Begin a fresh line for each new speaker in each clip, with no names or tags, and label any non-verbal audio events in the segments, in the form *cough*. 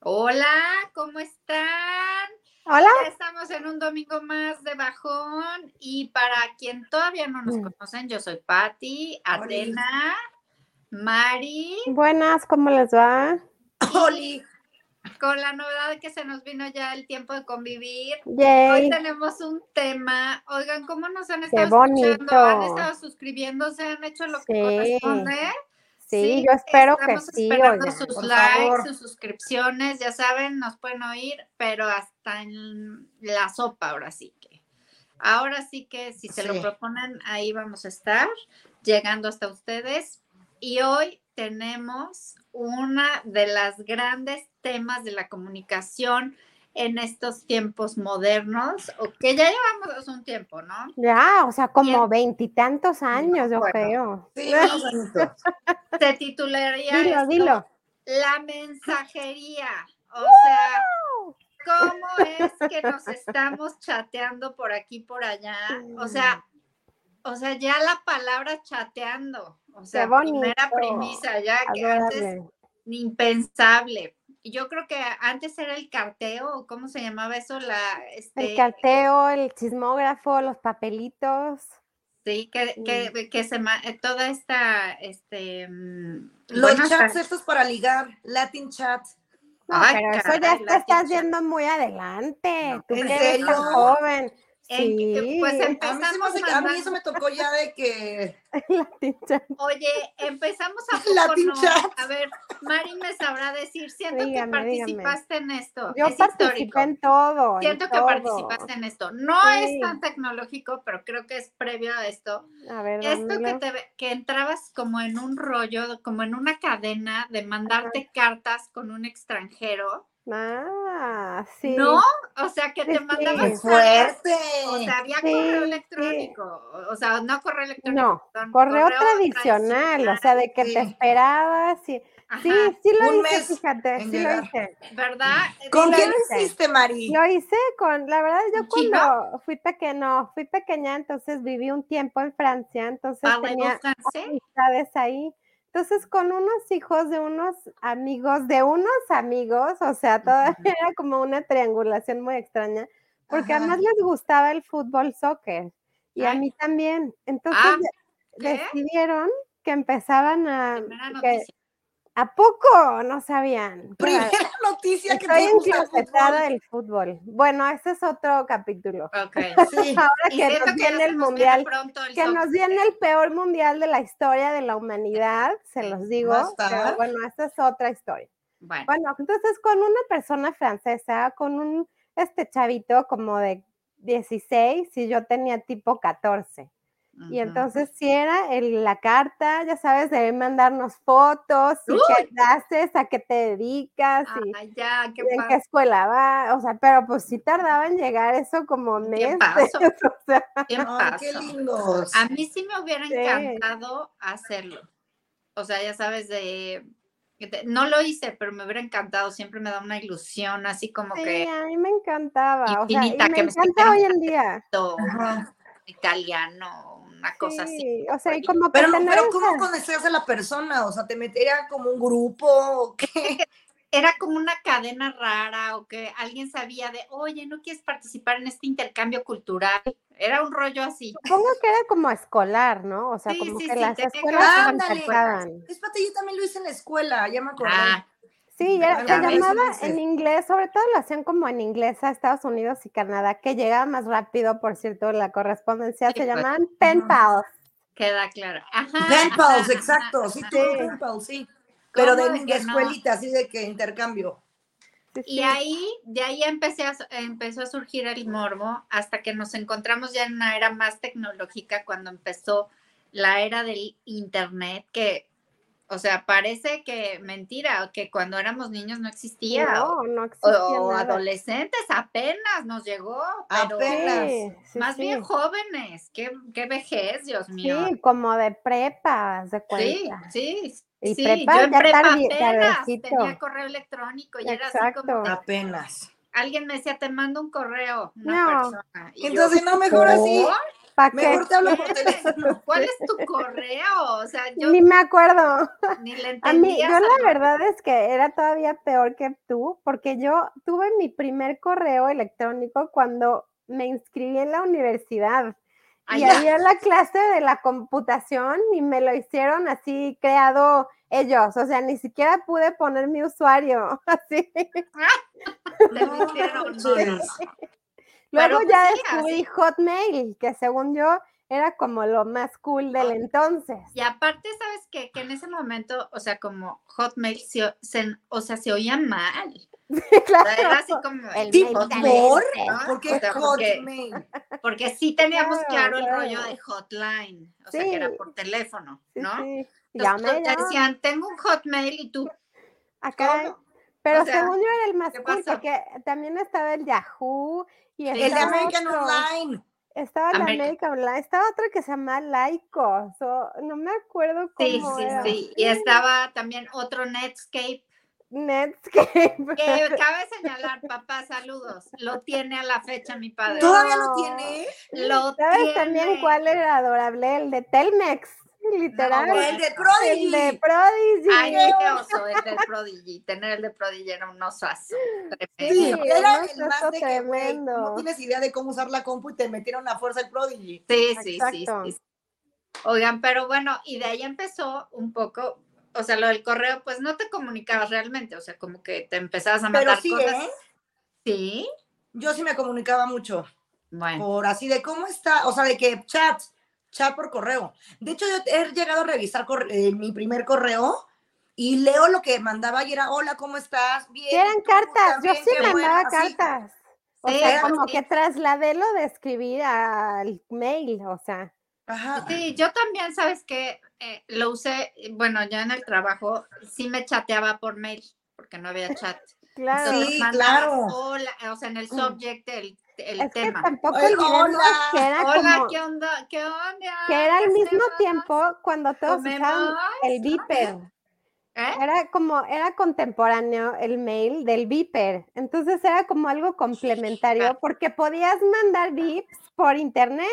Hola, ¿cómo están?
Hola.
Ya estamos en un domingo más de bajón y para quien todavía no
Mm.
nos conocen, yo soy Patti, Atena, Mari,
Buenas, ¿cómo les va?
Oli. Con la novedad de que se nos vino ya el tiempo de convivir, Hoy
Yay.
tenemos un tema. Oigan, ¿cómo nos han estado
bonito.
escuchando? ¿Han estado suscribiéndose? ¿Han hecho lo que
Sí.
corresponde?
Sí, yo espero que
estamos
sí.
esperando
oigan.
sus
por
likes,
favor.
sus suscripciones. Ya saben, nos pueden oír, pero hasta en la sopa ahora sí que. Ahora sí que si se lo
Sí.
proponen, ahí vamos a estar llegando hasta ustedes. Y hoy tenemos una de las grandes temas de la comunicación en estos tiempos modernos, o que ya llevamos hace un tiempo, ¿no?
Ya, o sea, como
Bien.
veintitantos años, yo
Bueno.
creo.
Sí, unos añitos.
Se titularía
Dilo,
esto,
dilo.
la mensajería. O sea, ¿cómo es que nos estamos chateando por aquí por allá? O sea, o sea, ya la palabra chateando. O sea,
bonito.
primera premisa, ya que antes
Adorable.
impensable. Y Yo creo que antes era el carteo, ¿o ¿cómo se llamaba eso? La,
El
este,
carteo, el chismógrafo, los papelitos.
sí, que, que, que se ma- eh, toda esta, este, mm,
Los
bueno, hasta-
chats estos para ligar, Latin chat.
No,
Ay,
pero eso
caray,
ya
la
te estás
chicha.
viendo muy adelante.
No,
Tú
¿en
que eres tan
serio?
joven.
En-
Sí. *laughs*
pues
A mí, se me
empezamos
hace que- a mí eso me tocó ya de que
La tincha.
Oye, empezamos a
La
poco, no.
pincha.
A ver, Mari me sabrá decir, siento
Dígame,
que participaste en esto.
Yo
es histórico.
participé en todo. en
Siento que
todo.
participaste en esto. No
Sí.
es tan tecnológico, pero creo que es previo a esto.
A ver,
Esto que
dámelo.
te ve- que entrabas como en un rollo, como en una cadena de mandarte cartas con un extranjero,
Ah, sí.
¿no? O sea, que
Sí,
te
sí.
mandabas cartas,
fuerte.
o sea, había
Sí,
correo
sí.
electrónico, o sea, no correo electrónico.
No,
perdón,
Correo tradicional, o sea, de que
sí.
te esperabas. Y...
Ajá,
Sí, sí lo
Un
hice,
mes
fíjate,
en
sí
llegar.
lo hice.
¿Verdad?
¿Con
Sí,
qué
lo
lo
hice.
hiciste, Mari?
Lo hice con, la verdad, yo
¿Un chico?
cuando fui pequeña, no, fui pequeña, entonces viví un tiempo en Francia, entonces
Ah,
tenía
Francés?
amistades ahí. Entonces, con unos hijos de unos amigos, de unos amigos, o sea, todavía *laughs*
Ujú.
era como una triangulación muy extraña, porque
Ajá.
además les gustaba el fútbol, soccer, y a
Ay.
mí también. Entonces,
Ah, ¿qué?
decidieron que empezaban a...
Primera
que-
noticia.
¿A poco? No sabían.
Primera *laughs*
que
noticia que
Estoy
te gusta el
enclosetada
fútbol.
del fútbol. Bueno, ese es otro capítulo.
Ok.
Sí,
*laughs* Ahora
Y
que
siento ya
nos viene
se nos viene
el mundial,
pronto el
que
soccer.
nos viene el peor mundial de la historia de la humanidad, se los digo.
Basta.
pero bueno, esa es otra historia.
Bueno,
Bueno, entonces con una persona francesa, con un este chavito como de 16 y yo tenía tipo 14. Y
ujú.
entonces si era el- la carta, ya sabes, de mandarnos fotos, y qué haces, a qué te dedicas, y,
Ay, Ah, ya, qué
y en qué
padre.
escuela va, o sea, pero pues sí tardaba en llegar eso como meses.
paso.
*laughs* o sea,
*laughs* qué
Ay, qué
paso.
lindos.
A mí sí me hubiera
Sí.
encantado hacerlo. O sea, ya sabes, de, de- no lo hice, pero me hubiera encantado. Siempre me da una ilusión, así como
sí,
que
a mí me encantaba, o sea, y
Infinita,
me
que me
encanta
explicaron
hoy en día.
todo
Ajá.
italiano, una cosa así.
Sí, o sea, y
oye,
como que
Pero,
tener
pero
esa-
¿cómo conocías a la persona? O sea, ¿te metería como un grupo o qué?
era como una cadena rara o que alguien sabía de, oye, ¿no quieres participar en este intercambio cultural? Era un rollo así.
supongo que era como escolar, ¿no? O sea,
Sí,
como
sí,
que
sí,
las
tenía que
escuelas
ver
se
con las
encantaban.
Es pati, yo también lo hice en la escuela, ya me acordé.
Ah,
Sí, ya se
Otra vez,
llamaba
entonces.
en inglés, sobre todo lo hacían como en inglés a Estados Unidos y Canadá, que llegaba más rápido, por cierto, la correspondencia,
Sí,
se
pues,
llamaban pen
ajá.
pals.
queda claro. Ajá.
Pen pals,
ajá,
exacto, sí,
ajá.
tuve un pen pal, sí. Pero de,
¿Cómo de
de
que no?
escuelita, así de que intercambio.
Sí,
Y
sí.
ahí, de ahí empecé a, empezó a surgir el morbo hasta que nos encontramos ya en una era más tecnológica cuando empezó la era del internet que, o sea, parece que mentira, que cuando éramos niños no existía. o-
no, no
o,
existía
o
nada.
adolescentes, apenas nos llegó, pero
Apenas.
Sí, sí,
más
sí.
bien jóvenes, qué, qué vejez, Dios mío.
Sí, como de prepas, de
Sí,
cuenta.
sí,
Y
sí,
prepa
yo en
ya
prepa
tardi-
apenas
tardecito.
tenía correo electrónico y era así como
Exacto.
de-
Apenas.
alguien me decía, te mando un correo, una
No.
persona. y yo,
Entonces, no, mejor así.
¿por?
¿Para
Mejor te
*laughs*
hablo por teléfono.
*laughs*
¿Cuál es tu correo? O sea, yo
Ni me acuerdo.
ni le entendía.
A mí, yo
esa
la
no-
verdad es que era todavía peor que tú, porque yo tuve mi primer correo electrónico cuando me inscribí en la universidad
Ay,
y había la clase de la computación y me lo hicieron así creado ellos, o sea, ni siquiera pude poner mi usuario, *laughs* así.
te lo
*laughs*
hicieron, no, no, no.
Luego
pues
ya
sí,
descubrí
así.
Hotmail, que según yo era como lo más cool del
Ah.
entonces.
Y aparte, ¿sabes qué? Que en ese momento, o sea, como Hotmail, se, o- se- o sea, se oía mal. O sea, era
*laughs* claro.
así como
El
sí,
mail
Hotmail,
¿Por?
¿no?
¿Por qué
Ah, O sea, porque,
Hotmail?
porque sí teníamos claro,
Claro,
el
Ah, claro.
rollo de hotline, o sea, que era
Sí.
por teléfono,
Sí,
¿no?
sí.
Entonces,
Llame,
te
llame.
decían, tengo un Hotmail y tú,
Ah, caray.
¿cómo?
Pero
O sea,
según yo era el más
¿qué
cool,
pasó?
porque también estaba el Yahoo y
Sí,
El de
estaba
American
otro,
Online.
Estaba el
American.
American Online, estaba otro que se llamaba Laicos, o no me acuerdo cómo
Sí, sí,
era.
sí. Y estaba también otro Netscape,
*laughs* Netscape.
que
*laughs*
cabe señalar, papá, saludos. Lo tiene a la fecha mi padre.
Todo-
¿Todavía lo tiene?
Lo
¿Sabes
tiene.
también cuál era adorable? El de Telmex, literal.
bueno,
El de
el de
Prodigy.
Prodigy.
Ay, qué oso, el del Prodigy. Tener el de Prodigy era un osazo.
Sí,
Tremendo.
era
no,
el
eso
más de que, güey,
tremendo.
no tienes idea de cómo usar la compu y te metieron a fuerza el Prodigy.
Sí, sí, sí,
Exacto.
sí. Oigan, pero bueno, y de ahí empezó un poco, o sea, lo del correo, pues no te comunicabas realmente, o sea, como que te empezabas a
Pero
mandar
sí,
cosas.
¿eh?
Sí,
Yo sí me comunicaba mucho.
bueno.
Por así de cómo está, o sea, de que chat, chat por correo. De hecho, yo he llegado a revisar cor- eh, mi primer correo y leo lo que mandaba y era, hola, ¿cómo estás? Bien.
Sí, eran
¿tú?
cartas, yo
También,
sí
qué bueno",
mandaba
así.
cartas. O
Sí,
sea,
era
como
así.
que trasladé lo de escribir al mail, o sea, Oh.
Ajá.
Sí, yo también, ¿sabes qué? Eh, lo usé, bueno, yo en el trabajo sí me chateaba por mail, porque no había chat.
claro. Mm.
Entonces,
Sí,
mandaba
claro.
hola, o sea, en el subject, el, el
es que
tema.
tampoco
Oye,
olvidemos
hola,
que era
Hola,
como
¿qué onda? ¿Qué onda?
que era al
¿Qué
mismo
hacemos?
tiempo cuando todos usaban
¿Comemos?
el Viper.
¿Eh?
Era como, era contemporáneo el mail del Viper. Entonces era como algo complementario porque podías mandar VIPs por internet.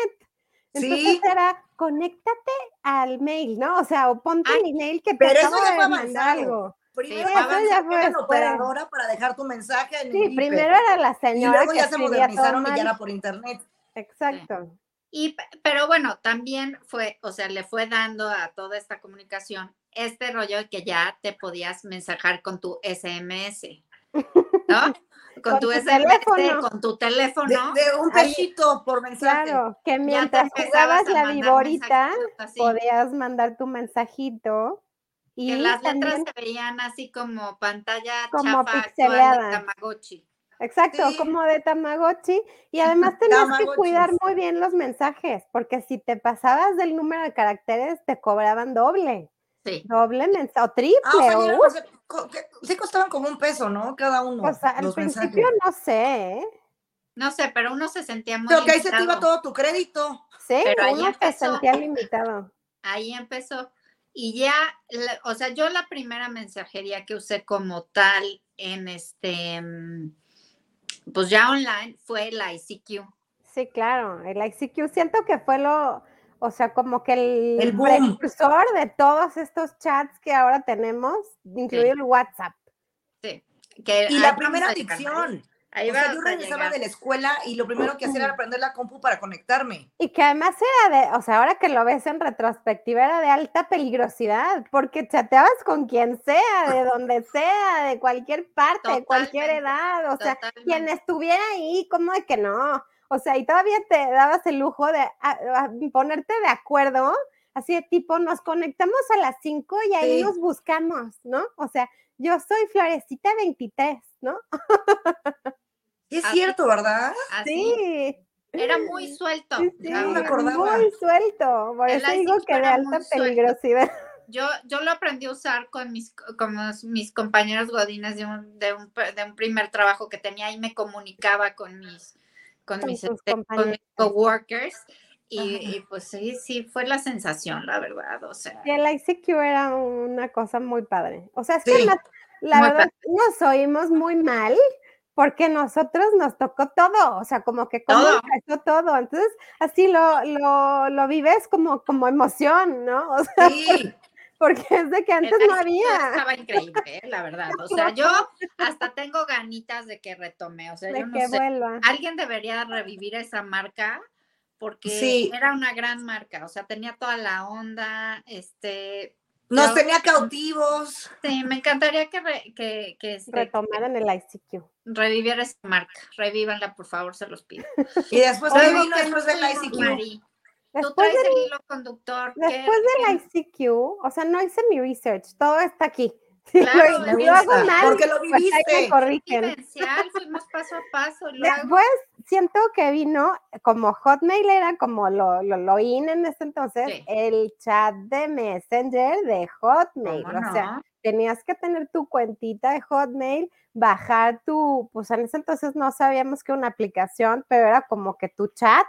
Entonces
Sí.
era, conéctate al mail, ¿no? O sea, o ponte
Ay,
el email que te
pero eso
acabo
ya
de
fue
mandar
avanzado.
algo.
Primero
Sí,
la
eso
ya
avanza
fue
era la
después.
operadora para dejar tu mensaje en el
Sí,
beeper.
primero era la
Y
señora
luego
que
ya se
escribía todo
modernizaron y
mal.
ya era por internet.
Exacto.
Y, p- pero bueno, también fue, o sea, le fue dando a toda esta comunicación este rollo de que ya te podías mensajar con tu SMS,
*laughs*
¿no? Con,
Con
tu,
tu
SMS,
teléfono.
con tu
De,
teléfono.
de un
Ahí-
pesito por mensaje.
Claro, que
ya te
mientras
empezabas
jugabas
a
la
mandar
viborita,
mensajitos así,
podías mandar tu mensajito y
que las letras
también,
se veían así como pantalla
Como
chafa actual de
pixeleadas.
Tamagotchi.
exacto,
Sí.
como de Tamagotchi, y
*laughs*
además tenías que
Tamagotchis.
cuidar muy bien los mensajes, porque si te pasabas del número de caracteres, te cobraban doble,
Sí.
doble mensaje, o triple,
Ah, o sea, ya
o,
eran,
uh,
o sea, co- que- sí costaban como un peso, ¿no? Cada uno.
o sea, al
los
principio
mensajes.
no sé, ¿eh?
No sé, pero uno se sentía muy
Pero que ahí se te iba
limitado.
todo tu crédito.
sí,
Pero ahí
uno se
empezó.
sentía limitado,
ahí empezó. Y ya, la- o sea, yo la primera mensajería que usé como tal en este, mm, pues ya online fue la ICQ.
sí, claro, el ICQ siento que fue lo... O sea, como que el,
El boom.
precursor de todos estos chats que ahora tenemos, incluido el WhatsApp.
Que
Y
Eh, ahí
la
vamos
primera
a llegar,
adicción.
Ahí
o sea,
vamos
yo
a
regresaba
llegar.
de la escuela y lo primero que hacía era aprender la compu para conectarme.
Y que además era de, o sea, ahora que lo ves en retrospectiva, era de alta peligrosidad, porque chateabas con quien sea, de donde sea, de cualquier parte, de cualquier
Totalmente,
edad, o sea,
Totalmente.
quien estuviera ahí, ¿cómo de que no? O sea, y todavía te dabas el lujo de a- a- ponerte de acuerdo, así de tipo, nos conectamos a las 5 y ahí
Sí.
nos buscamos, ¿no? O sea, yo soy Florecita 23, ¿no?
Y es
Así.
cierto,
*laughs*
¿verdad?
Así,
Sí.
Era muy suelto.
Sí, sí,
la
no me
verdad.
acordaba.
muy suelto. Por
El
eso digo
ICQ
que de
era muy
alta
suelto.
peligrosidad.
Yo, yo lo aprendí a usar con mis, con los- mis compañeros godines de un, de, un, pr- de un primer trabajo que tenía y me comunicaba con mis, con
Con
mis,
tus
este, con mis
compañeros.
coworkers. Y,
Ajá.
y, pues sí, sí, fue la sensación, la verdad. O sea,
Y el ICQ era una cosa muy padre. O sea, es que
Sí.
la, la
Muy
verdad nos oímos muy mal porque nosotros nos tocó todo, o sea, como que como
Todo.
empezó todo, entonces así lo, lo, lo vives como, como emoción, ¿no? *laughs* O sea,
Sí,
porque es de que antes
Esa
no
historia
había.
Estaba increíble, eh, la verdad. O sea, yo hasta tengo ganitas de que retome. O sea,
De
yo no
que
sé.
vuelva.
Alguien debería revivir esa marca porque
Sí.
era una gran marca. O sea, tenía toda la onda. Este,
nos
No.
tenía cautivos.
sí, me encantaría que, re- que, que, este,
Retomaran el ICQ.
reviviera esa marca. Revívanla, por favor, se los pido.
Y después, ¿qué
Luego,
vino
¿qué
después del
más,
ICQ?
Mari? Tú
Después
traes
del,
el hilo conductor. ¿qué-
después
qué-
del ICQ, o sea, no hice mi research, todo está aquí. *laughs* Si
Claro,
lo-
me
si lo hago
gusta,
mal,
porque lo
pues ahí me
viviste.
corrigen.
vivencial, fuimos paso a
*laughs*
paso. y Luego,
Después siento que vino, como Hotmail era como lo, lo, lo in en ese entonces,
Sí.
el chat de Messenger de Hotmail.
¿cómo
O sea,
no?
tenías que tener tu cuentita de Hotmail, bajar tu, pues en ese entonces no sabíamos que era una aplicación, pero era como que tu chat.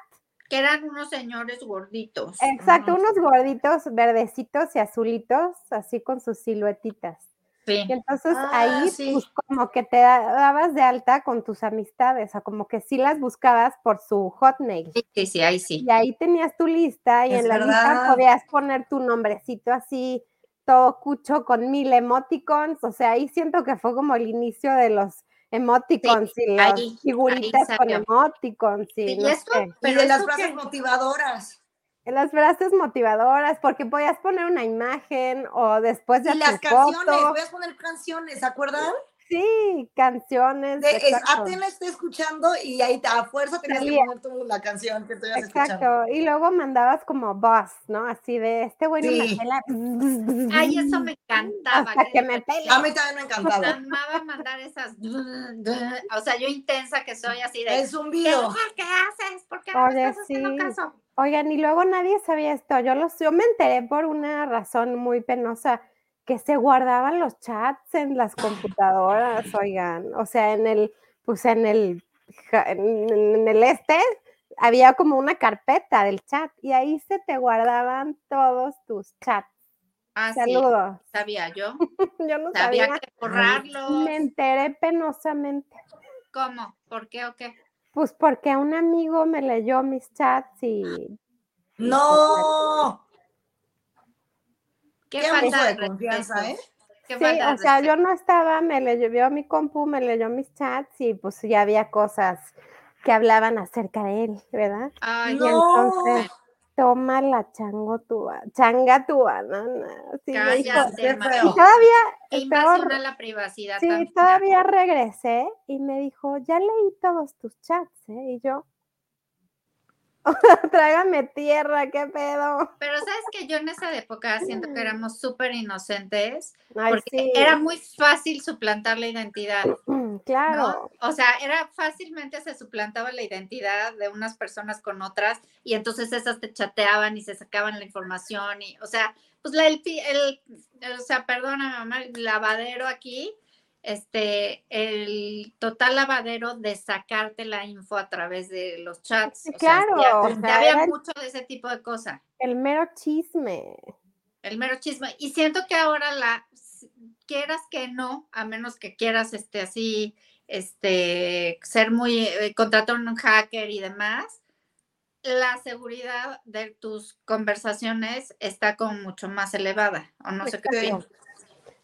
que eran unos señores gorditos.
Exacto,
Ah,
unos gorditos verdecitos y azulitos, así con sus siluetitas.
Sí.
Y entonces
Ah,
ahí
sí.
pues, como que te da- dabas de alta con tus amistades, o sea, como que sí las buscabas por su hotmail.
Sí, sí, sí, ahí sí.
Y ahí tenías tu lista y
Es
en la lista
verdad.
podías poner tu nombrecito así, todo cucho con mil emoticons. O sea, ahí siento que fue como el inicio de los emoticons y las
ahí-
figuritas
ahí
con
salió.
emoticons y,
Sí, y
no
esto-
sé,
Y
Pero
de las
eso
frases
que-
motivadoras.
las frases motivadoras, porque podías poner una imagen o después de
Y las canciones, voy a poner canciones, ¿se acuerdan?
Sí, canciones.
De, es-
exacto.
apenas estoy escuchando y ahí te- a fuerza tenías que
Salía.
poner tú la canción que estuvieras escuchando.
Exacto, y luego mandabas como boss, ¿no? Así de este güey no
Sí.
me pela.
Ay, eso me encantaba.
Hasta que
me
me
A
pela.
mí también me encantaba.
amaba mandar esas. O sea, yo intensa que soy así de.
El
¿Qué,
zumbido.
¿Qué haces? ¿Por qué no me
Oye,
estás haciendo
sí.
caso?
Oigan, y luego nadie sabía esto. Yo los, yo me enteré por una razón muy penosa, que se guardaban los chats en las computadoras, oigan. O sea, en el, pues en el ja- en, en el este había como una carpeta del chat y ahí se te guardaban todos tus chats.
Ah, sí,
Saludos.
sabía yo.
Yo no sabía.
Sabía que borrarlos.
Me enteré penosamente.
¿Cómo? ¿Por qué o qué?
Pues porque un amigo me leyó mis chats y
No.
Qué,
Qué abuso
falta
de confianza, ¿eh?
respeto. Qué este.
sí,
falta de
o sea,
respeto.
yo no estaba, me leyó vio mi compu, me leyó mis chats y pues ya había cosas que hablaban acerca de él, ¿verdad?
Ay,
Y
No.
entonces toma la chango tuba, changa tu banana. Sí, me dijo-
cállate,
qué
Mari.
y
feo.
todavía
Qué
estaba
invasión a la privacidad.
Sí,
también.
todavía regresé y me dijo, ya leí todos tus chats, ¿eh? Y yo, *laughs* tráigame tierra, qué pedo.
Pero sabes que yo en esa época siento que éramos súper inocentes
Ay,
porque
Mm. sí,
era muy fácil suplantar la identidad.
mm,
¿no?
*clears throat* claro.
O sea, era fácilmente se suplantaba la identidad de unas personas con otras y entonces esas te chateaban y se sacaban la información y, o sea, pues la, el, pi- el- el- o sea, perdona mamá, el lavadero aquí, este, el total lavadero de sacarte la info a través de los chats. O sea,
Claro,
ya-
o
ya
sea,
había
era el-
mucho de ese tipo de cosas.
El mero chisme.
El mero chisme. Y siento que ahora la s- quieras que no, a menos que quieras este así, este, ser muy, eh, contratar un hacker y demás, la seguridad de tus conversaciones está como mucho más elevada. O no sé qué
Sí.
opinas.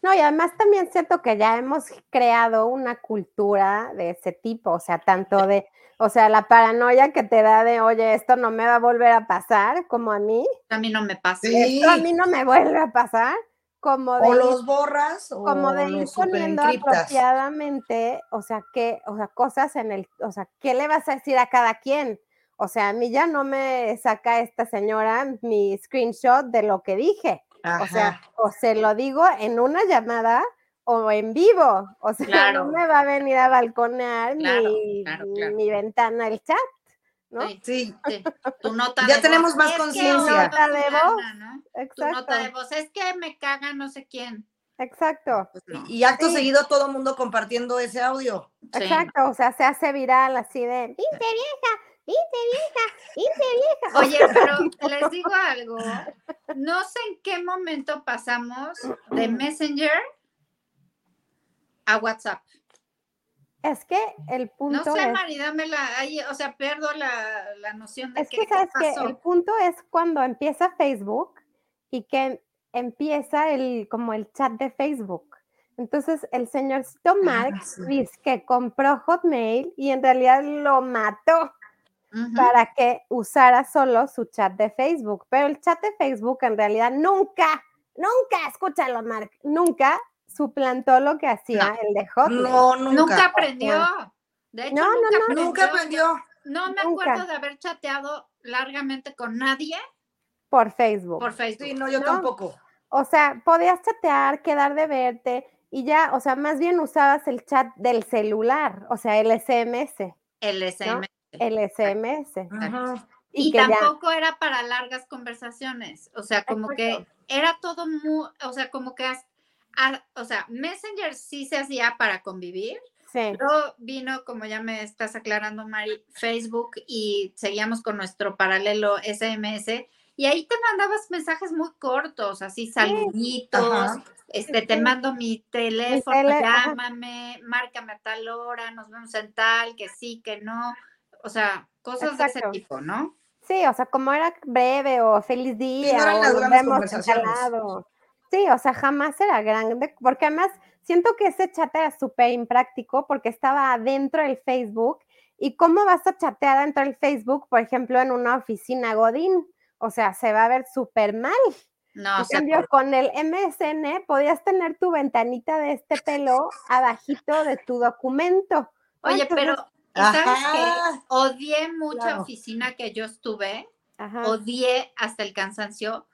No, y además también siento que ya hemos creado una cultura de ese tipo, o sea, tanto de, o sea, la paranoia que te da de, oye, esto no me va a volver a pasar, como a mí,
A mí no me pasa.
Sí.
esto Eh, a mí no me vuelve a pasar, como de...
O los borras o
como de ir
los
poniendo
superencriptas.
apropiadamente, o sea, qué, o sea, cosas en el, o sea, qué le vas a decir a cada quien. O sea, a mí ya no me saca esta señora mi screenshot de lo que dije. O sea,
Ajá.
o se lo digo en una llamada o en vivo. O sea,
Claro.
no me va a venir a balconear
Claro,
mi,
claro, claro.
mi ventana el chat. ¿no?
Sí,
Sí.
sí. Tu nota
Ya
de
tenemos
voz.
más
Es que
conciencia.
hoy no
Nota de
me gana,
voz.
¿no? Tu
Exacto.
nota de voz. Es que me caga no sé quién.
Exacto.
Pues no.
Y acto
Sí.
seguido todo el mundo compartiendo ese audio.
Sí,
Exacto. O sea, se hace viral así de, "Pinche vieja, pinche vieja, pinche vieja.
Oye,
*laughs*
pero les digo algo. No sé en qué momento pasamos de Messenger a WhatsApp.
Es que el punto.
No sé,
es,
Maridámela, ahí, o sea, pierdo la, la noción de
es
qué,
que
qué
sabes que
pasó.
el punto es cuando empieza Facebook y que em, empieza el como el chat de Facebook. Entonces el señorcito Marx
Ah, sí.
dice que compró Hotmail y en realidad lo mató
Ujú.
para que usara solo su chat de Facebook. Pero el chat de Facebook en realidad nunca, nunca, escúchalo, Mark, nunca suplantó lo que hacía el de Hotmail.
No, nunca.
Nunca aprendió. De hecho,
No, no,
nunca, aprendió.
Nunca aprendió.
No me
Nunca.
acuerdo de haber chateado largamente con nadie
Por Facebook.
por Facebook.
Sí, no, yo
No.
tampoco.
O sea, podías chatear, quedar de verte y ya, o sea, más bien usabas el chat del celular, o sea, el SMS,
El SM.
el SMS.
Ajá.
Y,
Y, que ya,
tampoco era para largas conversaciones. O sea, como
Exacto.
que era todo muy, o sea, como que as- a- o sea, Messenger sí se hacía para convivir.
sí,
Luego vino, como ya me estás aclarando, Mari, Facebook y seguíamos con nuestro paralelo SMS. Y ahí te mandabas mensajes muy cortos, así saluditos,
Ajá.
este,
Sí,
te
sí.
mando mi teléfono,
tele- ajá.
llámame, márcame a tal hora, nos vemos en tal, que sí, que no. O sea, cosas de ese
Exacto.
tipo, ¿no?
sí, o sea, como era breve o feliz día,
eran
o
las
nos
grandes
vemos en tal
conversaciones.
lado. Sí, o sea, jamás era grande, porque además siento que ese chat era súper impráctico porque estaba adentro del Facebook. ¿Y cómo vas a chatear adentro del Facebook, por ejemplo, en una oficina Godín? O sea, se va a ver súper mal.
No,
En
Ah,
o sea,
cambio, con el MSN podías tener tu ventanita de este pelo abajito de tu documento. ¿no?
oye,
Entonces,
pero ¿sabes qué?
Ajá.
Odié mucha
Claro.
oficina que yo estuve,
ajá,
odié hasta el cansancio,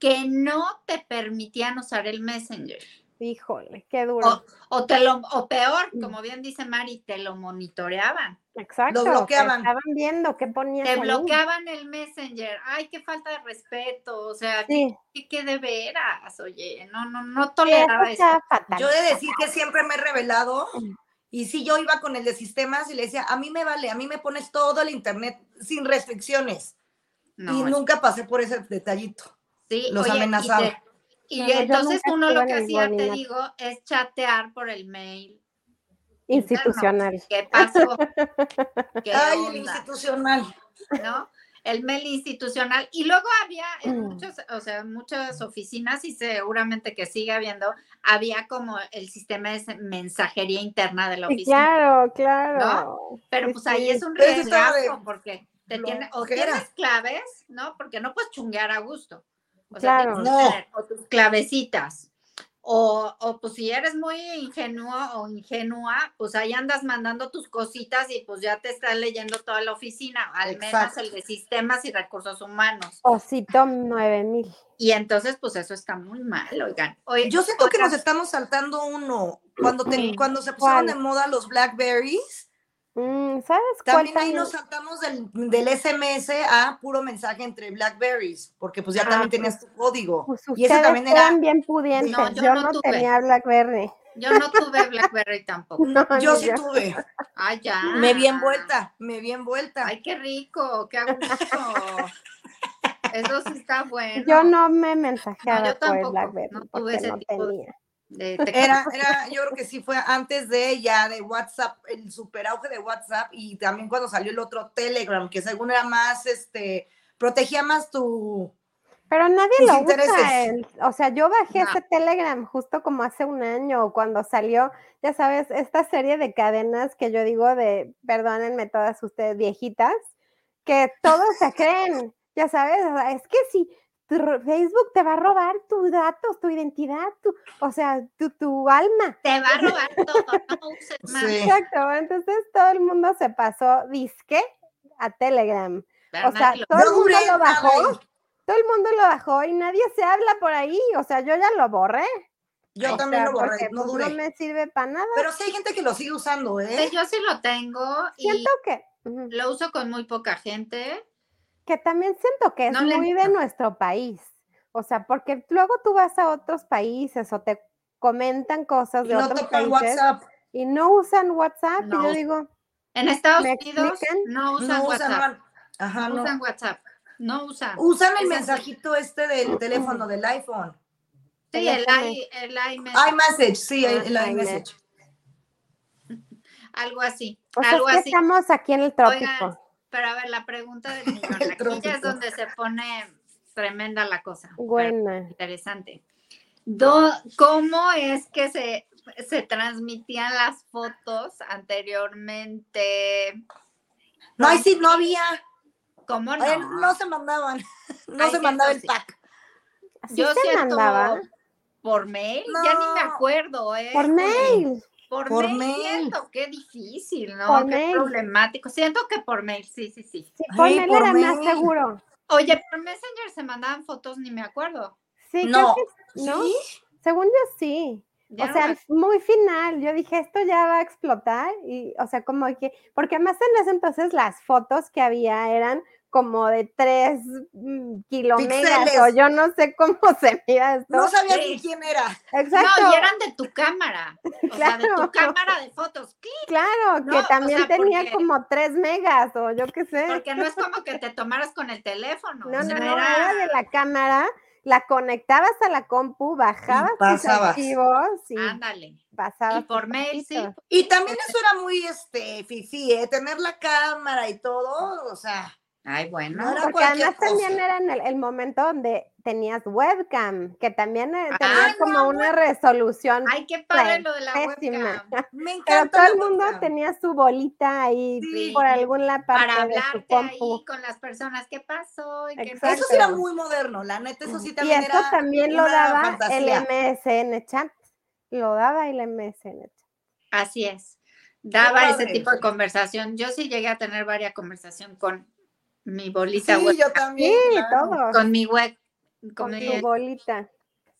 que no te permitían usar el Messenger.
híjole, qué duro.
O, te lo, o peor,
Mm.
como bien dice Mari, te lo monitoreaban.
Exacto. te
bloqueaban.
Estaban viendo qué ponías.
Te
ahí.
bloqueaban el Messenger. Ay, qué falta de respeto. O sea,
Sí,
qué, qué de veras. Oye, no, no, no
sí, eso
toleraba eso.
estaba fatal.
Yo he de decir que siempre me he revelado.
Mm.
Y si yo iba con el de sistemas y le decía, a mí me vale, a mí me pones todo el internet sin restricciones.
No,
y nunca pasé por ese detallito.
sí,
los
oye, y
amenazaba.
te- Y,
Claro, yo
entonces
nunca
uno lo
estuve
que
en el
hacía, te
Godinato.
digo, es chatear por el mail.
Institucional.
¿Qué pasó? ¿Qué
Ay,
onda?
el institucional.
¿no? El mail institucional. Y luego había en
Mm.
muchos, o sea, en muchas oficinas y seguramente que sigue habiendo, había como el sistema de mensajería interna de la
Sí,
oficina.
claro, claro.
Pero
sí,
pues ahí
sí.
es un
Pero eso estaba de
riesgo porque te tiene, o
flojera.
tienes claves, ¿no? Porque no puedes chunguear a gusto. O
Claro.
tienes que
No.
tener o tus clavecitas. O, o pues si eres muy ingenuo o ingenua, pues ahí andas mandando tus cositas y pues ya te está leyendo toda la oficina, al menos
Exacto.
el de sistemas y recursos humanos.
Osito 9000.
Y entonces pues eso está muy mal, oigan. Oye,
Yo siento que
oigan,
nos estamos saltando uno. Cuando, te-
Sí.
cuando se pusieron
¿Cuál?
de moda los Blackberries,
Mm, ¿Sabes cuál
también ahí nos saltamos del, del SMS a puro mensaje entre Blackberries, porque pues ya
Ah, pues.
también tenías tu código.
Pues
y ese
ustedes
también era,
eran bien pudientes.
No, yo
yo,
no
no,
tuve.
tenía Blackberry.
yo no tuve BlackBerry tampoco.
No,
yo
ni
sí tuve,
Ah.
Ay, ya.
me vi envuelta, me vi envuelta.
Ay, qué rico, qué a gusto. Eso sí está bueno.
Yo no me mensajeaba
yo
por
tampoco,
el Blackberry
no tuve
porque
ese
no
tipo de-
tenía.
De- te-
Era, era, yo creo que sí fue antes de ya de WhatsApp, el super auge de WhatsApp y también cuando salió el otro Telegram, que según era más, este, protegía más tu...
Pero nadie
Mis
lo
intereses.
usa. el- o sea, yo bajé
No.
ese Telegram justo como hace un año cuando salió, ya sabes, esta serie de cadenas que yo digo de, perdónenme todas ustedes viejitas, que todos se creen, ya sabes, o sea, es que si tu r- Facebook te va a robar tus datos, tu identidad, tu, o sea, tu, tu alma.
te va a robar todo, no uses más.
Sí.
Exacto, entonces todo el mundo se pasó disque a Telegram.
¿verdad?
O sea,
Lo-
todo el mundo
duré
lo
nada
bajó.
ahí.
Todo el mundo lo bajó y nadie se habla por ahí. O sea, yo ya lo borré.
Yo
o
también
sea,
lo borré,
porque,
no
pues,
duré.
me sirve para nada.
Pero sí hay gente que lo sigue usando,
Pues
¿eh?
yo sí lo tengo y
Siento que, ujú,
lo uso con muy poca gente.
que también siento que es
No le
muy de
gusta.
nuestro país. O sea, porque luego tú vas a otros países o te comentan cosas
Y
de
no
otros
tocan
países
WhatsApp,
y no usan WhatsApp.
No
Y yo
usan
digo,
En Estados
¿Me
Unidos
explican?
no usan
no
WhatsApp,
usan... Ajá,
no
no.
usan WhatsApp, no usan.
Usan el
Ese-
mensajito este del teléfono, del iPhone.
Sí, el
teléfono.
i- el iMessage.
iMessage, sí, el, el
Ah,
iMessage.
algo así.
O sea,
algo
es que
así.
estamos aquí en el trópico.
Oigan, pero a ver, la pregunta del millón.
El
Aquí ya es
trópico.
donde se pone tremenda la cosa. pero
Buena.
Interesante. Do- ¿Cómo es que se, se transmitían las fotos anteriormente?
No, ahí sí, no había.
¿Cómo
Oye,
no?
no se mandaban. *laughs* No
Ay,
se
sí,
mandaba
eso
el
sí.
pack.
Así
Yo
se
siento
mandaba.
por mail, ya ni me
No.
acuerdo, ¿eh?
Por mail.
Por,
Por
mail,
mail.
siento, qué difícil, ¿no?
Por
qué
mail.
problemático. Siento que por mail, sí, sí, sí.
Sí,
Ay,
por mail
por
era más
mail.
seguro.
Oye, por Messenger se mandaban fotos, ni me acuerdo.
Sí,
No.
creo que no.
¿Sí?
Según yo sí.
Ya
o
no
sea,
me-
muy final. Yo dije, esto ya va a explotar. Y, o sea, como que, porque además en ese entonces las fotos que había eran como de tres mm, kilómetros.
Píxeles.
O yo no sé cómo *laughs* se mira esto.
No sabías
Sí.
ni quién era.
Exacto.
No, y eran de tu cámara. O sea, de tu
Claro.
cámara de fotos. ¿Qué?
Claro,
No,
que
o
también
sea,
tenía
porque-
como tres megas o yo qué *laughs* sé.
Porque no es como que te tomaras con el teléfono.
No,
o
no,
sea,
no, era de la cámara, la conectabas a la compu, bajabas tus
pasabas.
archivos y
Ándale.
pasabas.
Y por mail, sí.
fotitos.
Y también eso era muy este fifí, ¿eh? tener la cámara y todo, o sea,
Ay, bueno.
No era
Porque
cualquier
además también
cosa.
era en el, el momento donde tenías webcam, que también eh,
Ah,
tenía
no,
como una resolución.
Ay, qué padre
Pues,
lo de la
pésima. *laughs*
webcam.
me
pero
encanta.
todo
la
el mundo
webcam.
tenía su bolita ahí
Sí.
por alguna parte
Para
de su
hablarte ahí
compu.
con las personas. ¿Qué pasó? ¿Y qué
Exacto.
Eso sí era muy moderno, la neta, eso sí
Y
también
esto
era
también lo
una
daba
fantasía.
el MSN Chat. Lo daba el MSN Chat.
Así es. Daba ese
padre.
tipo de conversación. Yo sí llegué a tener varias conversación con mi bolita
Sí,
web-
yo también.
Sí,
claro.
todo.
con mi web. Con
Con
mi-
tu bolita.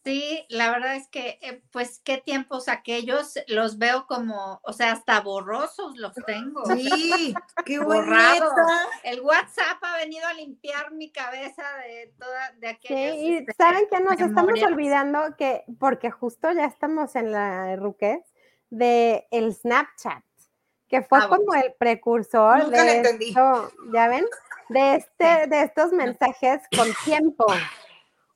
sí, la verdad es que, eh, pues, qué tiempos aquellos los veo como, o sea, hasta borrosos los tengo.
Sí,
*laughs*
qué buena
Borrado.
neta.
El WhatsApp ha venido a limpiar mi cabeza de toda, de
Sí,
aquellos.
y
este,
saben que nos estamos
memorias.
olvidando que, porque justo ya estamos en la ruquez, de el Snapchat, que fue
Ah, bueno.
como el precursor
Nunca
de
la entendí.
esto, ¿ya ven? De este, de estos mensajes con tiempo.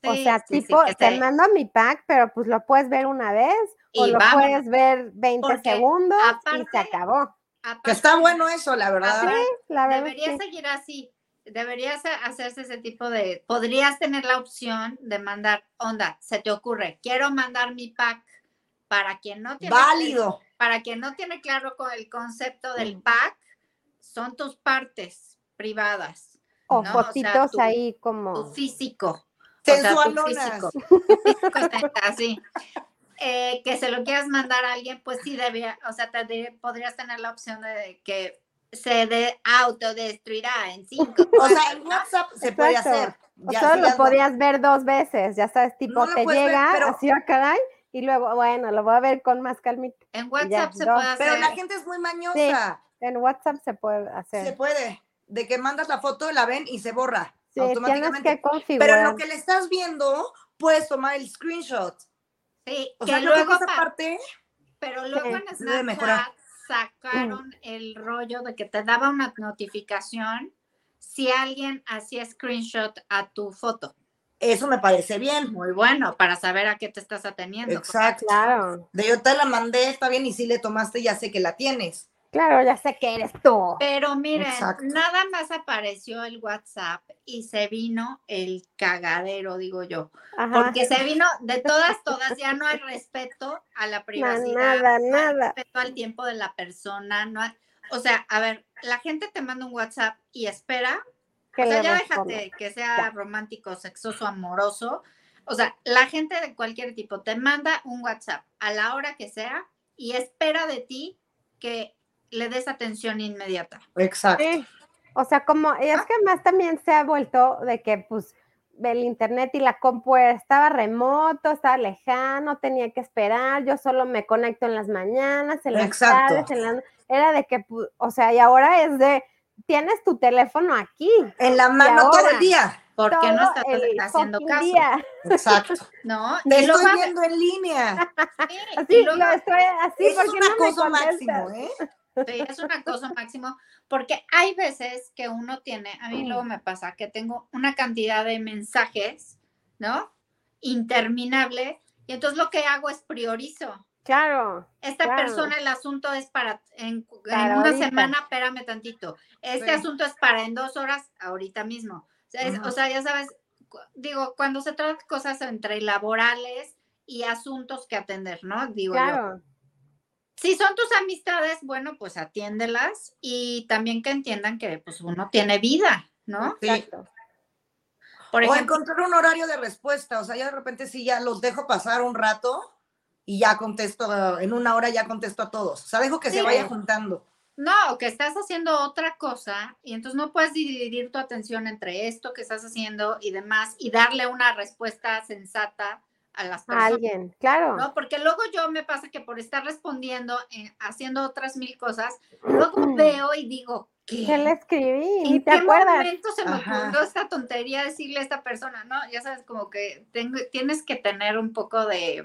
o
Sí,
sea,
sí, sí,
tipo,
que
te
te-
mando mi pack, pero pues lo puedes ver una vez, o
y
lo
vámonos.
puedes ver 20
Porque
segundos y
aparte-
se acabó.
Aparte,
Que está bueno eso, la
Sí,
Ah,
verdad.
La verdad es
Debería
que-
seguir así. Deberías ha- hacerse ese tipo de. Podrías tener la opción de mandar, onda, se te ocurre, quiero mandar mi pack. Para quien no tiene,
Válido. Mm.
para quien no tiene claro co- el concepto del pack, son tus partes privadas,
o
¿no? O sea,
fotitos
tu-
ahí como...
Oh.
tu físico. O sea, tu
Sensualonas.
físico. *laughs* así. Eh, que se lo quieras mandar a alguien, pues sí debía, o sea, te de- podrías tener la opción de que se de autodestruirá en
*laughs*
cinco.
O sea, en WhatsApp se puede
Ah, Exacto.
hacer.
O
Ya,
solo
sí,
lo
ya-
podías ver dos veces, ya sabes, tipo,
No lo
te
puedes ver,
llega
pero-
así a caray, y luego, bueno, lo voy a ver con más calmita.
En WhatsApp se
no.
puede hacer.
Pero la gente es muy mañosa.
En WhatsApp se puede
Se
hacer.
puede. De que mandas la foto, la ven y se borra
Sí, tienes
automáticamente.
que configurar.
Pero en lo que le estás viendo, puedes tomar el screenshot.
Sí,
O
que
sea, creo
luego,
que esa
pa-
parte
pero luego en
se debe mejorar. Mm.
Snapchat sacaron el rollo de que te daba una notificación si alguien hacía screenshot a tu foto.
Eso me parece bien.
Muy bueno, para saber a qué te estás ateniendo.
Exacto.
Claro,
De yo te la mandé, está bien, y si le tomaste, ya sé que la tienes.
claro, ya sé que eres tú.
Pero miren,
Exacto.
nada más apareció el WhatsApp y se vino el cagadero, digo yo.
Ajá.
Porque se vino de todas, todas, ya no hay respeto a la
No,
privacidad,
nada, nada.
respeto al tiempo de la persona, no hay- o sea, a ver, la gente te manda un WhatsApp y espera,
que
o sea,
le
ya
responda.
déjate que sea romántico, sexoso, amoroso, o sea, la gente de cualquier tipo te manda un WhatsApp a la hora que sea y espera de ti que le des atención inmediata.
Exacto.
Sí. O sea, como, y es que más también se ha vuelto de que, pues, el internet y la compu estaba remoto, estaba lejano, tenía que esperar, yo solo me conecto en las mañanas, en las
Exacto.
tardes, en la- era de que, pu- o sea, y ahora es de, tienes tu teléfono aquí,
En la mano todo
ahora?
el día.
porque
todo
no estás
el
haciendo
fucking
caso,
día. *laughs*
Exacto.
¿no?
Te
Y luego,
estoy viendo en línea.
sí,
Así,
*laughs* y luego-
lo estoy así,
Eso es
porque
un
no me
acoso
contestas?
máximo, ¿eh?
sí, es una cosa máximo, porque hay veces que uno tiene, a mí luego me pasa que tengo una cantidad de mensajes, ¿no? Interminable, y entonces lo que hago es priorizo.
Claro.
Esta
claro.
persona, el asunto es para en, en
Para
una
ahorita.
semana, espérame tantito. Este
Sí.
asunto es para en dos horas, ahorita mismo. O sea, es-
Ajá.
o sea, ya sabes, cu- digo, cuando se trata de cosas entre laborales y asuntos que atender, ¿no? Digo, yo.
Claro.
si son tus amistades, bueno, pues atiéndelas y también que entiendan que pues uno tiene vida, ¿no?
Sí.
Exacto.
Por
O
ejemplo,
encontrar un horario de respuesta. O sea, yo de repente sí ya los dejo pasar un rato y ya contesto, en una hora ya contesto a todos. O sea, dejo que
Sí.
se vaya juntando.
no, que estás haciendo otra cosa y entonces no puedes dividir tu atención entre esto que estás haciendo y demás y darle una respuesta sensata a las
A
personas.
alguien, claro.
¿no? Porque luego yo me pasa que por estar respondiendo, eh, haciendo otras mil cosas, luego veo y digo, ¿qué?
Mm. ¿Qué le escribí? Ni
¿En
te
qué
acuerdas.
momento se me
Ajá.
ocurrió esta tontería de decirle a esta persona? No, ya sabes, como que tengo, tienes que tener un poco de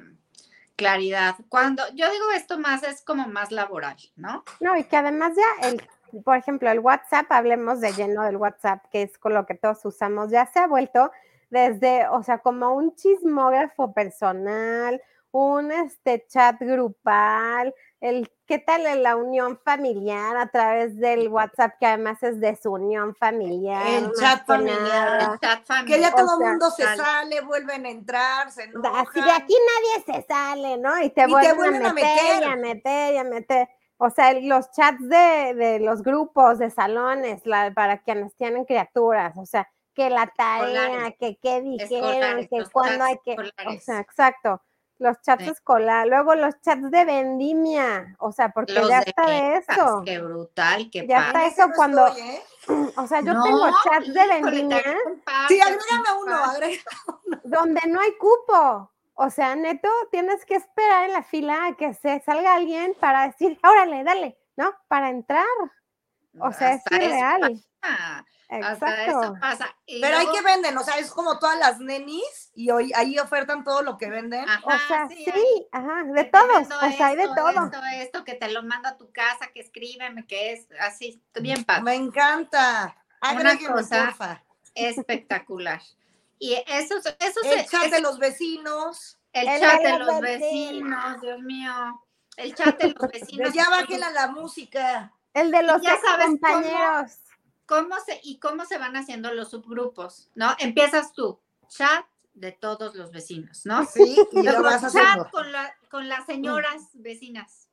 claridad. Cuando yo digo esto más es como más laboral, ¿no?
No, y que además ya, el, por ejemplo, el WhatsApp, hablemos de lleno del WhatsApp, que es con lo que todos usamos, ya se ha vuelto desde, o sea, como un chismógrafo personal, un este chat grupal, el qué tal la unión familiar a través del WhatsApp, que además es desunión familiar.
El
más
chat
que
familiar.
nada.
El chat
Que
familiar.
ya todo
O sea,
mundo se
tal.
sale, vuelven a entrar, se
Da-
enojan.
Así de aquí nadie se sale, ¿no? Y te
Y te
vuelven,
vuelven
a,
a
meter, y a meter y a meter. O sea, el- los chats de, de los grupos, de salones, la- para quienes tienen criaturas, o sea, que la tarea,
Escolares.
que qué dijeron,
Escolares,
que
los
cuándo
chats
hay que... O
escolares.
sea, exacto. Los chats
Sí.
escolares, luego los chats de vendimia, o sea, porque
Los
ya
de
está de
ventas,
eso.
Qué brutal, qué
Ya
padre.
está eso
no
cuando-
estoy, ¿eh?
O sea, yo tengo chats de vendimia
Sí,
Ah,
agrégame uno, agrégame.
donde no hay cupo. O sea, neto, tienes que esperar en la fila a que se salga alguien para decir, *laughs* órale, dale, ¿no? Para entrar. O sea, es irreal.
Hasta eso
Exacto.
pasa. Y
Pero hay
luego-
que venden, o sea, es como todas las nenis y hoy ahí ofertan todo lo que venden.
O
Ajá,
sea,
Ah, sí,
sí,
hay-
ajá, de
te
todos,
vendo
o sea, hay de
esto,
todo.
Esto, esto, que te lo mando a tu casa, que escríbeme, que es así, bien padre,
Me encanta. Agréguenme,
Ah. cosa-
porfa.
espectacular. Y eso, es- eso
El
es-
chat
es-
de los vecinos.
el
El
chat
de
de
los
los
vecinos.
vecinos, Dios mío, el chat de
*laughs*
los vecinos.
Ya bájenla la música.
El de los
ya
ex
sabes cómo-
compañeros.
¿Cómo se, y cómo se van haciendo los subgrupos, ¿no? Empiezas tú, chat de todos los vecinos, ¿no?
Sí, y lo
Luego,
vas haciendo. Mm.
chat con, la- con las señoras vecinas,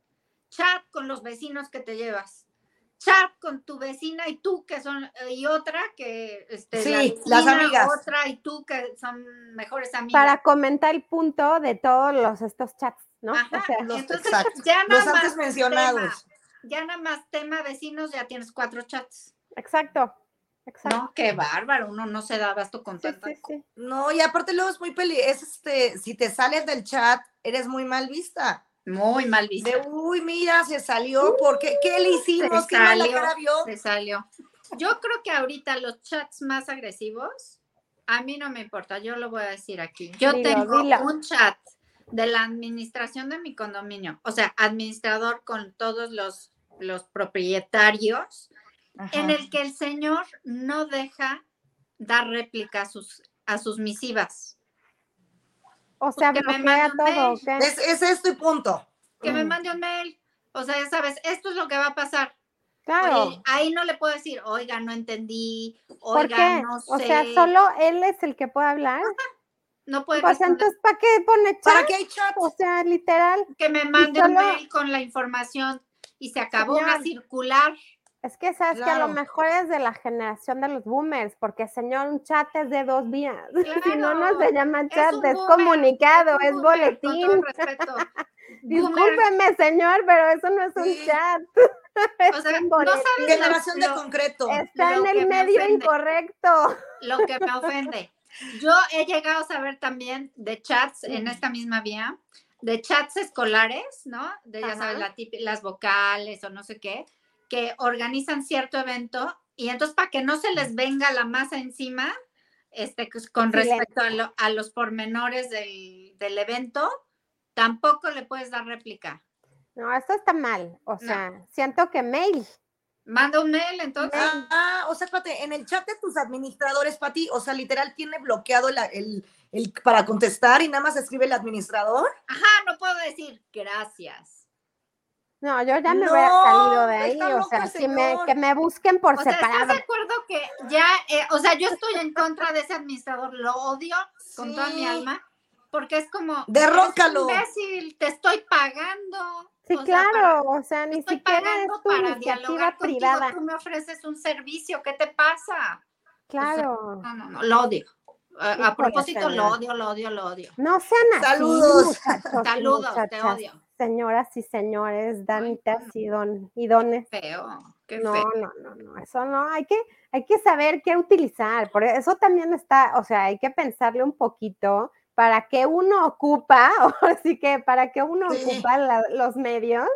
chat con los vecinos que te llevas, chat con tu vecina y tú que son, eh, y otra que, este,
Sí,
la
las
vecina,
amigas.
otra y tú que son mejores amigas.
Para comentar el punto de todos los estos chats, ¿no?
Ajá,
O sea,
los-
entonces
exacto,
ya *laughs* nada
Los
más
antes mencionados.
ya nada más tema vecinos, ya tienes cuatro chats.
exacto. Exacto.
No, qué bárbaro, uno no se da abasto con
Sí,
tanta
sí, sí.
No, y aparte luego es muy peli, es este, si te sales del chat, eres muy mal vista.
Muy mal visto.
De uy, mira, se salió, porque qué le hicimos?
Se
¿Qué mala
salió,
cara vio?
Se salió. Yo creo que ahorita los chats más agresivos, a mí no me importa, yo lo voy a decir aquí. Yo
Dilo,
tengo
dilo.
un chat de la administración de mi condominio, o sea, administrador con todos los, los propietarios, en el que el señor no deja dar réplica a sus, a sus misivas.
O sea,
Porque me
bloquea
mandó un
todo,
mail.
¿ok?
Es, es esto y punto.
Que
Mm.
me mande un mail. O sea, ya sabes, esto es lo que va a pasar.
Claro.
Oye, ahí no le puedo decir, oiga, no entendí,
¿Por
oiga,
qué?
no sé.
O sea, solo él es el que puede hablar.
no puede
Pues
responder,
entonces, ¿para qué pone
¿Para
chat?
qué hay chat?
O sea, literal,
que me mande un
solo-
mail con la información y se acabó una
Señal.
circular.
es que sabes que a lo
Claro.
mejor es de la generación de los boomers, porque señor, un chat es de dos vías. *laughs* Si no, no
Claro,
se llama
Es
chat,
un
es,
boomer,
comunicado,
un
es,
boomer, con todo
boletín. *laughs*
respeto. Boomer,
Discúlpeme, señor, pero eso no es un
Sí.
chat.
o sea,
es un
no
boletín.
sabes lo-
Generación de
lo-
concreto.
Está
lo
en
que
el
me
medio
ofende.
incorrecto.
lo que me ofende. Yo he llegado a saber también de chats en esta misma vía, de chats escolares, ¿no? De ya
Ajá.
sabes, la típi- las vocales o no sé qué, que organizan cierto evento y entonces para que no se les venga la masa encima, este, pues, con
Silencio.
respecto a, lo- a los pormenores del, del evento, tampoco le puedes dar réplica.
No, eso está mal. O sea, siento que mail.
Manda un mail, entonces.
Ah, ah, o sea, espérate, en el chat de tus administradores, Pati, o sea, literal tiene bloqueado la- el, el para contestar y nada más escribe el administrador.
Ajá, "Ah, no puedo decir gracias.
No, yo ya me hubiera
No,
salido de ahí,
está
o
loco
sea,
el
si me,
señor.
que me busquen por
O sea, ¿estás
separado.
de acuerdo que ya, eh, o sea, yo estoy en contra de ese administrador, lo odio con toda mi
Sí.
alma, porque es como,
Derrócalo.
imbécil, te estoy pagando.
Sí,
o sea, para-
claro, o sea,
te
ni
estoy
siquiera es
pagando
tu
para
iniciativa
dialogar contigo,
privada.
tú me ofreces un servicio, ¿qué te pasa?
Claro.
No, no, no, lo odio. A, a
Híjole,
propósito, lo
señor.
odio, lo odio, lo odio.
No sean así,
Saludos.
muchachos y
Saludos, te
muchachas,
odio.
señoras y señores,
no.
damitas y, don, y dones.
Feo, qué
No,
feo.
no, no, no, eso no, hay que, hay que saber qué utilizar, por eso también está, o sea, hay que pensarle un poquito para qué uno ocupa, *laughs* así que para qué uno
Sí.
ocupa la- los medios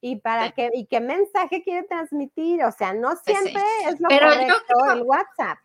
y para
Sí. Pues
qué, y qué mensaje quiere transmitir, o sea, no
sí.
siempre es lo
Pero yo
correcto
creo-
el WhatsApp.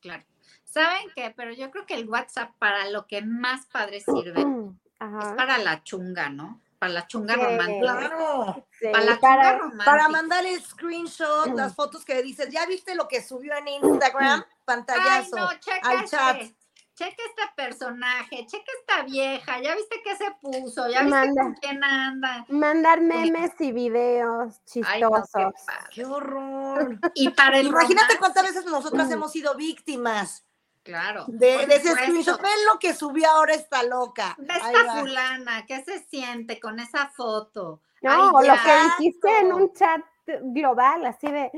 Claro. ¿Saben qué? Pero yo creo que el WhatsApp para lo que más padre sirve es
*clears throat* Ajá,
para la chunga, ¿no? Para la chunga
Sí.
romántica.
Claro.
sí,
Para la
para-
chunga romántica.
Para mandar el screenshot, las fotos que dices, ¿ya viste lo que subió en Instagram?
Ay,
Pantallazo.
no, checa
al chat.
este. Checa este personaje, checa esta vieja, ya viste qué se puso, ya viste
Manda.
con quién anda.
mandar memes y videos
Ay, no,
chistosos.
qué padre.
¡Qué horror!
Y para *laughs* el
Imagínate
romance,
cuántas veces nosotras hemos sido víctimas
claro,
de,
por
de ese
supuesto.
screenshot. Ven lo que subió ahora esta loca.
Ve
Ahí
esta
va.
fulana, ¿qué se siente con esa foto?
No, o
Ay,
lo que
ya.
dijiste en un chat global, así de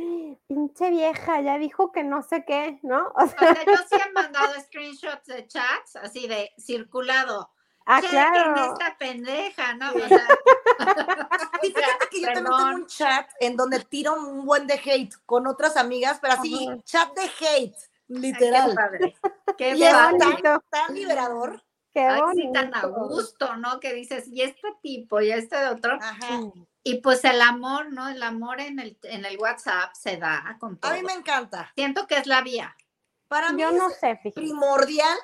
pinche vieja, ya dijo que no sé qué, ¿no? O
O
sea,
sea, yo sí he mandado screenshots de chats, así de circulado.
ah,
Chequen
claro.
esta pendeja, ¿no? O sea,
*laughs* Y fíjate que yo también tengo
Perdón.
un chat en donde tiro un buen de hate con otras amigas, pero así,
Ajá.
chat de hate,
Qué
literal.
padre. Qué
Y es
padre.
tan,
bonito.
tan liberador.
Qué
Ay, sí,
bonito.
tan a gusto, ¿no? Que dices, y este tipo, y este de otro.
Ajá.
Y pues el amor, ¿no? El amor en el, en el WhatsApp se da con todo.
A mí me encanta.
Siento que es la vía,
Para mí
Yo no
es
sé, fíjate.
primordial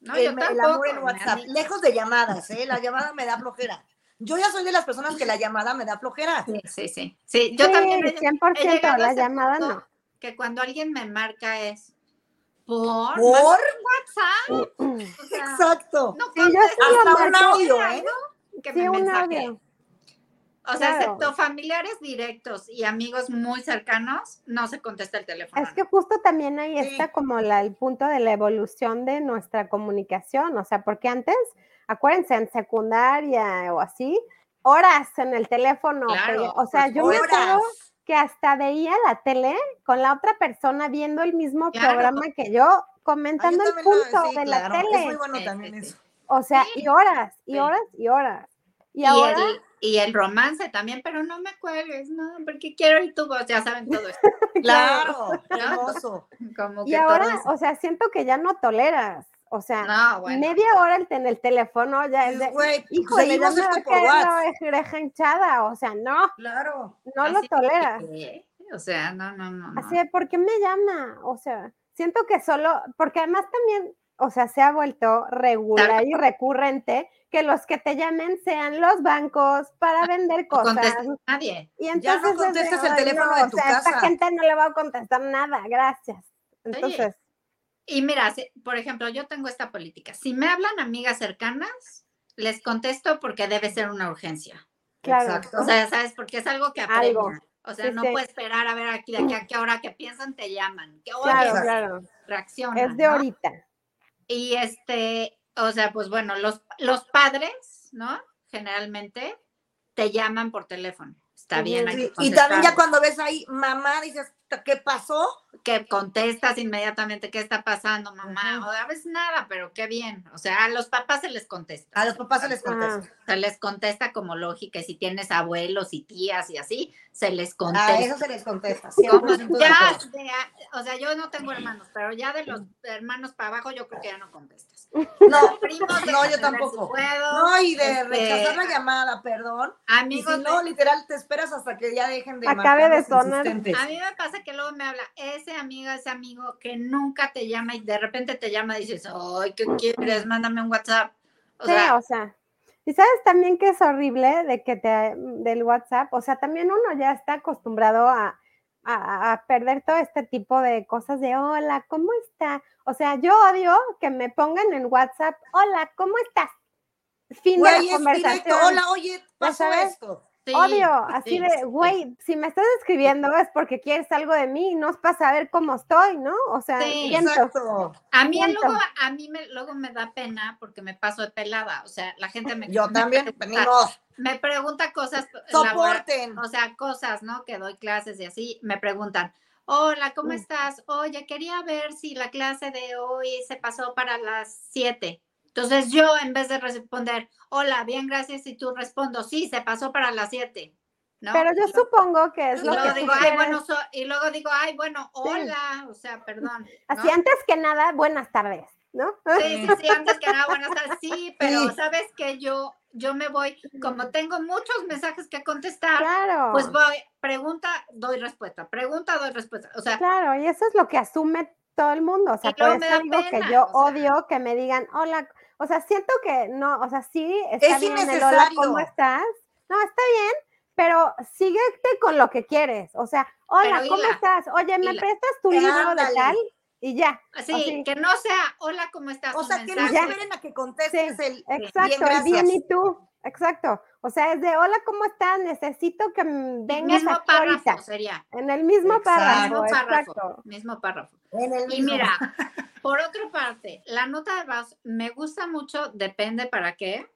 ¿no?
el,
Yo
el
tampoco.
amor en
me
WhatsApp.
han dicho.
Lejos de llamadas, ¿eh? La llamada me da flojera. Yo ya soy de las personas que la llamada me da flojera.
Sí, sí, sí. Sí, yo también he-
Sí, 100%
llegado a
la
ese
llamada
punto.
no.
que cuando alguien me marca es por
¿Por?
WhatsApp.
*clears throat*
O sea,
Exacto.
no
yo sí
contestas
lo
Hasta un
marco.
audio,
nada,
¿eh?
¿no? Que
Sí,
me
un
mensaje.
audio.
O sea,
claro.
excepto familiares directos y amigos muy cercanos, no se contesta el teléfono.
Es que justo también ahí
Sí.
está como la- el punto de la evolución de nuestra comunicación, o sea, porque antes, acuérdense, en secundaria o así, horas en el teléfono, que-
Claro,
o sea,
por
yo me acuerdo
pues Horas. Ah,
que hasta veía la tele con la otra persona viendo el mismo
Claro.
programa que yo,
Ah, yo
comentando el
también lo-
punto
sí,
de la
claro, Es muy
tele,
bueno
Sí,
también
sí, sí.
eso.
o sea, y horas, y
Sí.
horas, y horas. Y,
Y,
ahora,
el, y el romance también, pero no me cuelgues, no, porque quiero oír tu voz, ya saben todo esto. *laughs*
Claro, hermoso.
Como
y
que
ahora,
todo
o sea, siento que ya no toleras, o sea,
es-
Ah,
No, bueno.
media hora el- en el teléfono ya
pues,
Pues
es de,
Güey,
Híjole, ya
seguimos
me va
esto
a
por
caer la
WhatsApp.
oreja hinchada, o sea, no,
Claro.
no lo
así-
toleras.
¿Qué? O sea, no, no, no. no.
Así de, ¿por qué me llama? O sea, siento que solo, porque además también, o sea, se ha vuelto regular y recurrente que los que te llamen sean los bancos para vender
No
cosas.
contesta nadie.
Y
no
entonces es de,
contestas el
"Ay,
teléfono de
o
tu
sea, a Esta
casa".
gente no le va a contestar nada, gracias. Entonces,
Y mira, si- por ejemplo, yo tengo esta política. Si me hablan amigas cercanas, les contesto porque debe ser una urgencia.
claro.
Exacto.
O sea, ya sabes, porque es algo que apremia.
Algo.
O sea,
Sí,
no
sí.
puedo esperar a ver aquí, de aquí a qué hora que piensan, te llaman. ¿Qué hora
Claro,
Exacto.
claro.
reaccionan?
Es de
¿no?
ahorita.
Y este, o sea, pues bueno, los, los padres, ¿no? Generalmente te llaman por teléfono. Está
Ujú,
bien. hay que
Sí, Y también
contestarle.
ya cuando ves ahí mamá, dices, ¿qué pasó?
que contestas inmediatamente qué está pasando, mamá.
Ujú.
O a veces nada, pero qué bien. O sea, a los papás se les contesta.
A los papás se les
Ajá.
contesta.
Se les contesta como lógica. y Si tienes abuelos y tías y así, se les
A
contesta.
eso se les contesta.
Como
100% de
ya,
acuerdo.
de a- o sea, yo no tengo hermanos, pero ya de los hermanos para abajo yo creo que ya no
*laughs*
contestas.
No,
Primos,
No, yo
déjame ver
tampoco.
si puedo.
no, y de
Este,
rechazar la llamada, perdón. Y
Amigos,
si no, literal, te esperas hasta que ya dejen de
Acabe
marcar
de
los
sonar.
insistentes.
a mí me pasa que luego me habla ese amigo, ese amigo que nunca te llama y de repente te llama y dices, ay, ¿qué quieres? Mándame un WhatsApp. O
sí,
sea,
o sea, Y sabes también que es horrible de que te mm, del WhatsApp, o sea, también uno ya está acostumbrado a, a, a, perder todo este tipo de cosas de hola, ¿cómo está? O sea, yo odio que me pongan en WhatsApp, hola, ¿cómo estás? Fin
Güey,
de la
es
conversación.
directo, hola, oye, pasó
sabes?
esto.
Sí,
Odio, así
sí,
de,
sí.
güey, si me estás escribiendo es porque quieres algo de mí, no es para saber cómo estoy, ¿no? O sea,
Sí.
siento.
Exacto.
A mí
punto.
luego, a mí me, luego me da pena porque me paso de pelada. O sea, la gente me, *laughs*
Yo
me
también, ni
pregunta,
modo.
me pregunta cosas labora-
soporten.
o sea, cosas, ¿no? Que doy clases y así, me preguntan, hola, ¿cómo
Mm.
estás? Oye, quería ver si la clase de hoy se pasó para las 7. Entonces yo, en vez de responder, hola, bien, gracias, y tú respondo, sí, se pasó para las 7. ¿No?
Pero yo supongo que es
Y
lo
luego
que
digo,
tú
ay,
quieres.
bueno, so- y luego digo, ay, bueno, hola, o sea, perdón. ¿no?
*laughs* Así antes que nada, buenas tardes, ¿no?
Sí, sí, sí, antes que nada, buenas tardes.
*laughs*
Sí, pero
Sí.
sabes que yo, yo me voy, como tengo muchos mensajes que contestar,
Claro.
pues voy, pregunta, doy respuesta, pregunta, doy respuesta. O sea,
Claro, y eso es lo que asume todo el mundo. O sea,
Y
por
luego me
eso
da
digo
pena,
que yo
o sea.
odio que me digan hola. O sea, siento que no, o sea, sí, está
Es
bien el hola, ¿cómo
innecesario.
estás? No, está bien, pero síguete con lo que quieres. O sea, hola,
Pero
¿cómo
hila,
estás? Oye, ¿me
hila.
prestas tu libro de
Ándale.
tal? Y ya.
así,
Así.
que no sea, hola, ¿cómo estás?
O
Un
sea, que no
mensaje.
Ya.
esperen a que contestes el.
Exacto, el
gracias.
bien y tú. Exacto. O sea, es de hola, ¿cómo estás? Necesito que mm, vengas
mismo
aquí
párrafo
ahorita.
sería,
En el mismo
Exacto.
párrafo,
Mismo párrafo.
exacto.
mismo párrafo.
En el
Y
mismo.
mira, por otra parte, la nota de voz me gusta mucho, depende para qué,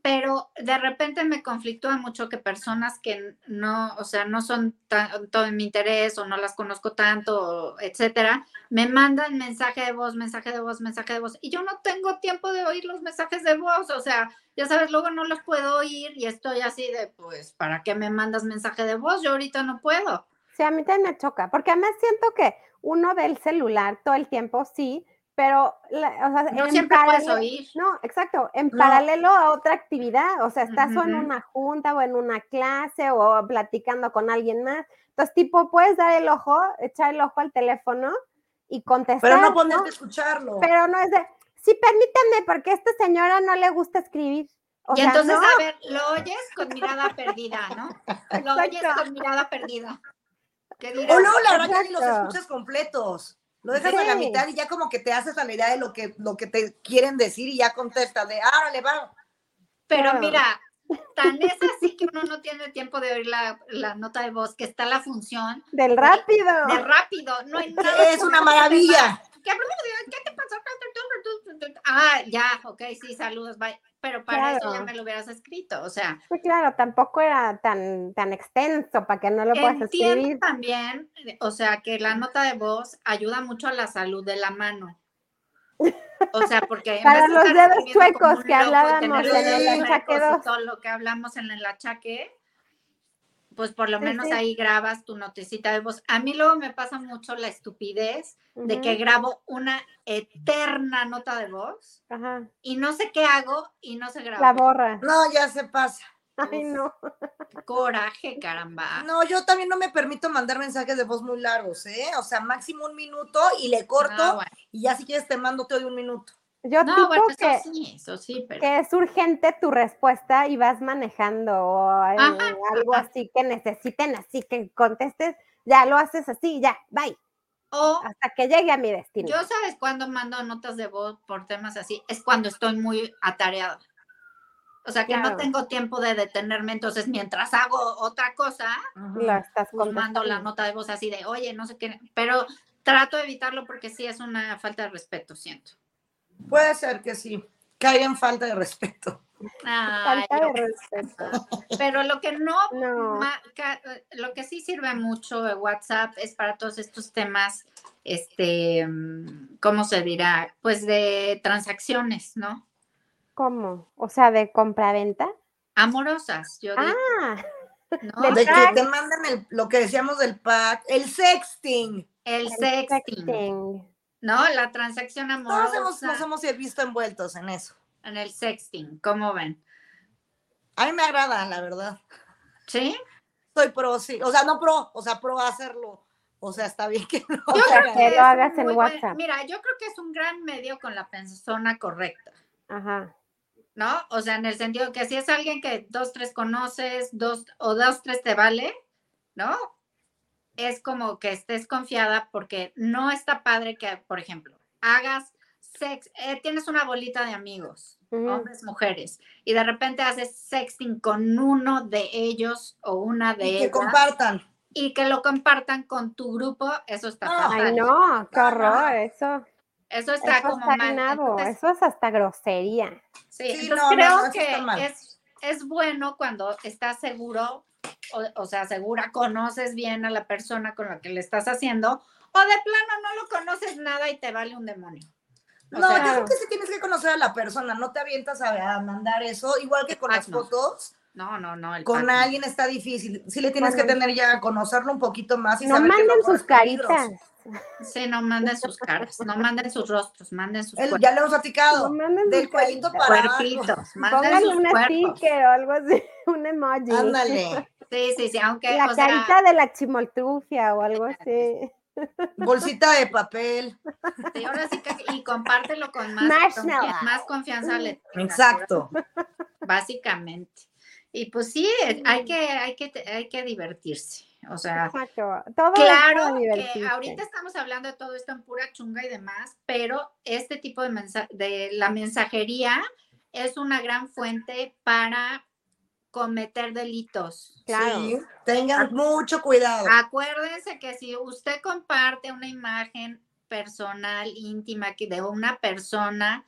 pero de repente me conflictúa mucho que personas que no, o sea, no son tanto de mi interés o no las conozco tanto, etcétera, me mandan mensaje de voz, mensaje de voz, mensaje de voz, y yo no tengo tiempo de oír los mensajes de voz, o sea, ya sabes, luego no los puedo oír y estoy así de, pues, ¿para qué me mandas mensaje de voz? Yo ahorita no puedo.
Sí, a mí también me choca, porque además siento que uno ve el celular todo el tiempo, sí, pero la- o sea,
No
en
siempre puedes
paralelo-
oír.
No, exacto, en
No.
paralelo a otra actividad, o sea, estás o en
Ujú.
una junta o en una clase o platicando con alguien más. Entonces, tipo, puedes dar el ojo, echar el ojo al teléfono y contestar.
Pero no
¿no?
ponerte a escucharlo.
Pero no es de, sí, permítanme, porque a esta señora no le gusta escribir. O
y
sea,
entonces, ah,
no.
a ver, lo oyes con mirada perdida, ¿no? Lo oyes
Exacto.
con mirada perdida. ¿Qué dirás?
O luego la verdad que ni los
Exacto.
escuchas completos. Lo dejas a la
Sí.
mitad y ya como que te haces la idea de lo que, lo que te quieren decir y ya contestas de, ah, le va.
Pero
claro.
mira, tan es así que uno no tiene tiempo de oír la, la nota de voz, que está la función
del rápido.
de rápido. No hay nada.
Es una maravilla.
¿Qué, ¿Qué te pasó? Ah, ya, ok, sí, saludos, bye. Pero para eso ya
Claro.
me lo hubieras escrito, o sea.
Sí, Pues claro, tampoco era tan, tan extenso para que no lo puedas
Entiendo
escribir.
también, eh, o sea, que la nota de voz ayuda mucho a la salud de la mano. O sea, porque en
Para
vez de
los
estar
dedos
escribiendo como
chuecos
un
que
loco y
hablábamos
tener los
en el
dedos
achaque
chuecos y
dos.
Todo lo que hablamos en el achaque, pues por lo
Sí,
menos
sí.
ahí grabas tu noticita de voz. A mí luego me pasa mucho la estupidez de
Ujú,
que grabo una eterna nota de voz
ajá,
y no sé qué hago y no se graba.
La borra.
No, ya se pasa.
Ay, no.
Coraje, caramba.
No, yo también no me permito mandar mensajes de voz muy largos, ¿eh? O sea, máximo un minuto y le corto
Ah, bueno.
y ya si quieres te mando todo de un minuto.
Yo
No,
tipo
bueno, eso
que,
sí, eso sí, pero.
que es urgente tu respuesta y vas manejando o eh,
Ajá,
algo
ajá.
así que necesiten, así que contestes, ya lo haces así, ya, bye,
O
hasta que llegue a mi destino.
yo sabes cuando mando notas de voz por temas así, es cuando estoy muy atareada. O sea que
Claro.
no tengo tiempo de detenerme, entonces mientras hago otra cosa,
lo estás
pues mando la
contestando.
nota de voz así de, oye, no sé qué, pero trato de evitarlo porque sí es una falta de respeto, siento.
Puede ser que sí, caiga en falta de respeto.
Ay,
Falta de
lo-
respeto.
pero lo que no
No.
Ma- ca- eh, lo que sí sirve mucho de WhatsApp es para todos estos temas, este, mm, ¿cómo se dirá? Pues de transacciones, ¿no?
¿Cómo? O sea, de compraventa.
Amorosas, yo digo,
Ah,
¿no?
del
De que
pack.
te mandan el- lo que decíamos del pack, el sexting.
El
el
sexting,
sexting.
¿no? La transacción
Todos hemos, nos
amorosa
hemos visto envueltos en eso.
en el sexting, ¿cómo ven?
A mí me agrada, la verdad.
¿Sí?
Soy pro, sí. O sea, no pro, o sea, pro hacerlo. O sea, está bien que no.
O sea, que
Es
lo
un
hagas en
muy buen-
WhatsApp.
mira, yo creo que es un gran medio con la persona correcta,
Ajá.
¿no? O sea, en el sentido que si es alguien que dos, tres conoces, dos o dos, tres te vale, ¿no? Es como que estés confiada porque no está padre que, por ejemplo, hagas sex, eh, tienes una bolita de amigos,
Mm.
Ujú.
hombres, mujeres, y de repente haces sexting con uno de ellos o una de
Y que
ellas
compartan.
y que lo compartan con tu grupo, eso está
Ah,
fatal.
Ay, no, qué
no.
horror, eso.
Eso está
Eso
como
está
mal.
nado,
Entonces,
eso es hasta grosería.
Sí,
Sí,
entonces
no, no,
creo
no, eso está mal.
que es, es bueno cuando estás seguro, o, o sea, segura, conoces bien a la persona con la que le estás haciendo, o de plano no lo conoces nada y te vale un demonio. O
No,
sea,
yo creo que sí tienes que conocer a la persona, no te avientas a, a mandar eso, igual que con las
Exacto.
fotos,
no, no, no. El
con
pack.
alguien está difícil, sí le tienes
Bueno.
que tener ya, conocerlo un poquito más y
No
saber que
manden
corres
sus
peligros.
caritas,
Sí, no manden sus caras, no manden sus rostros, manden sus
El-
cuerpos,
ya lo hemos
no
platicado,
manden
del
sus
cuellito
caritas.
para abajo.
cuerpitos, manden
Pónganle
sus
un
cuerpos.
sticker o algo así, *laughs* un emoji.
Ándale,
Sí, sí, sí, aunque,
La
o sea,
carita de la chimoltrufia o
*laughs*
algo así.
bolsita de papel,
sí, ahora sí que sí, y compártelo con más,
Marshmallow.
confi- más confianza. le tengas,
exacto.
básicamente. Y pues sí, es- hay que, hay que, te- hay que divertirse. O sea,
Exacto. Todo es para
claro que
divertirse.
ahorita estamos hablando de todo esto en pura chunga y demás, pero este tipo de mensa- de la mensajería es una gran fuente para cometer delitos.
Claro.
Sí, tengan mucho
Ah,
cuidado.
Acuérdense que si usted comparte una imagen personal, íntima, que de una persona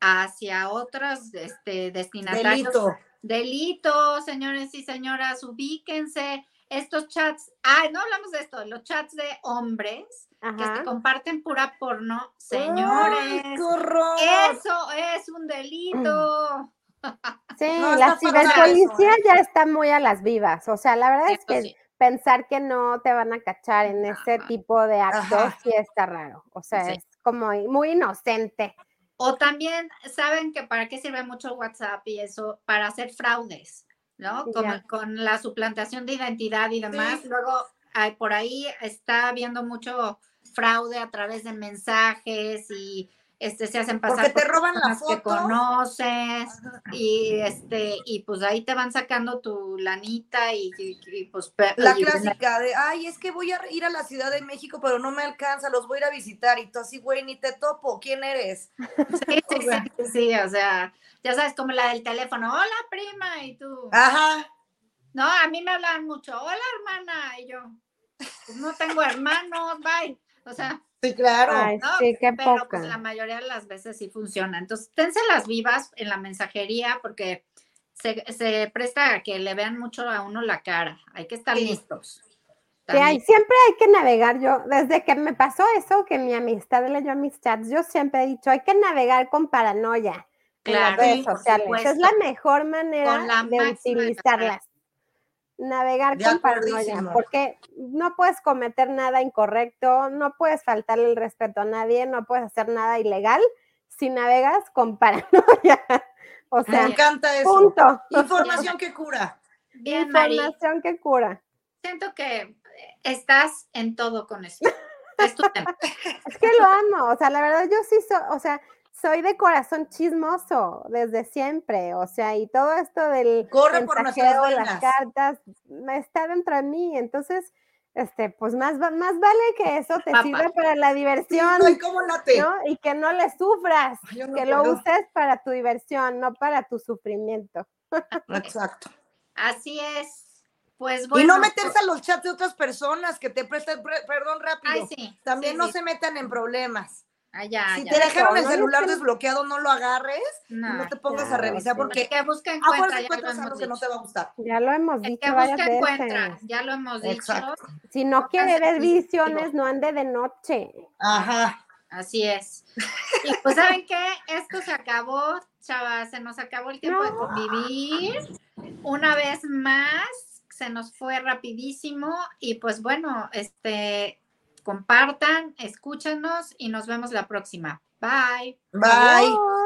hacia otros este, destinatarios
Delito.
Delito, señores y señoras, ubíquense. Estos chats, ay, no hablamos de esto, los chats de hombres que este
Ajá.
se comparten pura porno,
Ay,
señores.
¡Qué horror!
eso es un
Mm.
delito.
Sí,
No,
la
está fatal eso,
ciberpolicía
¿eh?
ya está muy a las vivas. O sea, la verdad es
Eso
que
sí,
pensar que no te van a cachar en ese
Ajá.
tipo de actos
Ajá.
sí está raro. O sea,
Sí.
es como i- muy inocente.
O también saben que para qué sirve mucho WhatsApp y eso, para hacer fraudes, ¿no?
Sí,
Como
ya.
con la suplantación de identidad y demás.
Sí.
Luego, ay, por ahí está habiendo mucho fraude a través de mensajes y este se hacen pasar
Porque te roban la
personas que
foto.
conoces y este y pues ahí te van sacando tu lanita y, y- y, pues pe-
La
y-
clásica de, ay, es que voy a ir a la Ciudad de México, pero no me alcanza, los voy a ir a visitar. Y tú así, güey, ni te topo, ¿quién eres?
*laughs* sí, sí, sí, sí, sí, o sea, ya sabes como la del teléfono, hola prima y tú
Ajá,
No, a mí me hablaban mucho, hola hermana, y yo, pues no tengo hermanos, bye. O sea,
sí, claro.
Ay,
no,
sí, qué
pero
poca.
pues la mayoría de las veces sí funciona. Entonces, tense las vivas en la mensajería porque se, se presta a que le vean mucho a uno la cara. Hay que estar
Sí.
listos.
Sí, hay-
También.
siempre hay que navegar. Yo, desde que me pasó eso, que mi amistad leyó mis chats, yo siempre he dicho, hay que navegar con paranoia en las
Claro,
redes
por
sociales. Es la
supuesto.
mejor manera
Con la
de
máxima
utilizarlas. Navegar
De
con paranoia,
acuerdísimo.
porque no puedes cometer nada incorrecto, no puedes faltarle el respeto a nadie, no puedes hacer nada ilegal si navegas con *laughs* paranoia. O
Me
sea,
Ay,
encanta eso.
punto.
Información que cura.
Bien, Mari,
Información que cura.
siento que eh, estás en todo con esto. Es tu tema.
Es que lo amo, o sea, la verdad yo sí soy, o sea, soy de corazón chismoso desde siempre, o sea, y todo esto del
Corre por nuestras
mensajeo,
venas.
las cartas, me está dentro de mí, entonces, este, pues más, va- más vale que eso te
Papá.
sirva para la
Sí,
diversión,
güey, ¿cómo late?
¿no? Y que no le sufras,
Ay, yo no
que lo
puedo.
uses para tu diversión, no para tu sufrimiento.
Exacto.
Así es. Pues
y
bueno.
no meterse a los chats de otras personas que te prestan, pre- perdón, rápido.
Ay, sí.
También
sí,
no
sí.
se metan en problemas.
Ah, ya,
si
ya.
te dejaron el
No, no
celular
estén-
desbloqueado, no lo agarres y
No,
no te pongas a
claro,
revisar
sí.
El
porque
que busca encuentra,
afuera
ya lo
encuentras algo
hemos
que no te
dicho.
va a gustar.
Ya lo hemos
El
dicho
que
varias
busca encuentra,
veces.
ya lo hemos dicho.
Exacto.
Si no quiere
Pónganse
ver visiones,
positivos.
no ande de noche.
Ajá.
Así
*laughs*
es. Y pues, ¿saben qué? Esto se acabó, chavas. Se nos acabó el tiempo de
No.
convivir. Una vez más, se nos fue rapidísimo. Y pues, bueno, este, compartan, escúchanos y nos vemos la próxima. Bye.
Bye.
Adiós.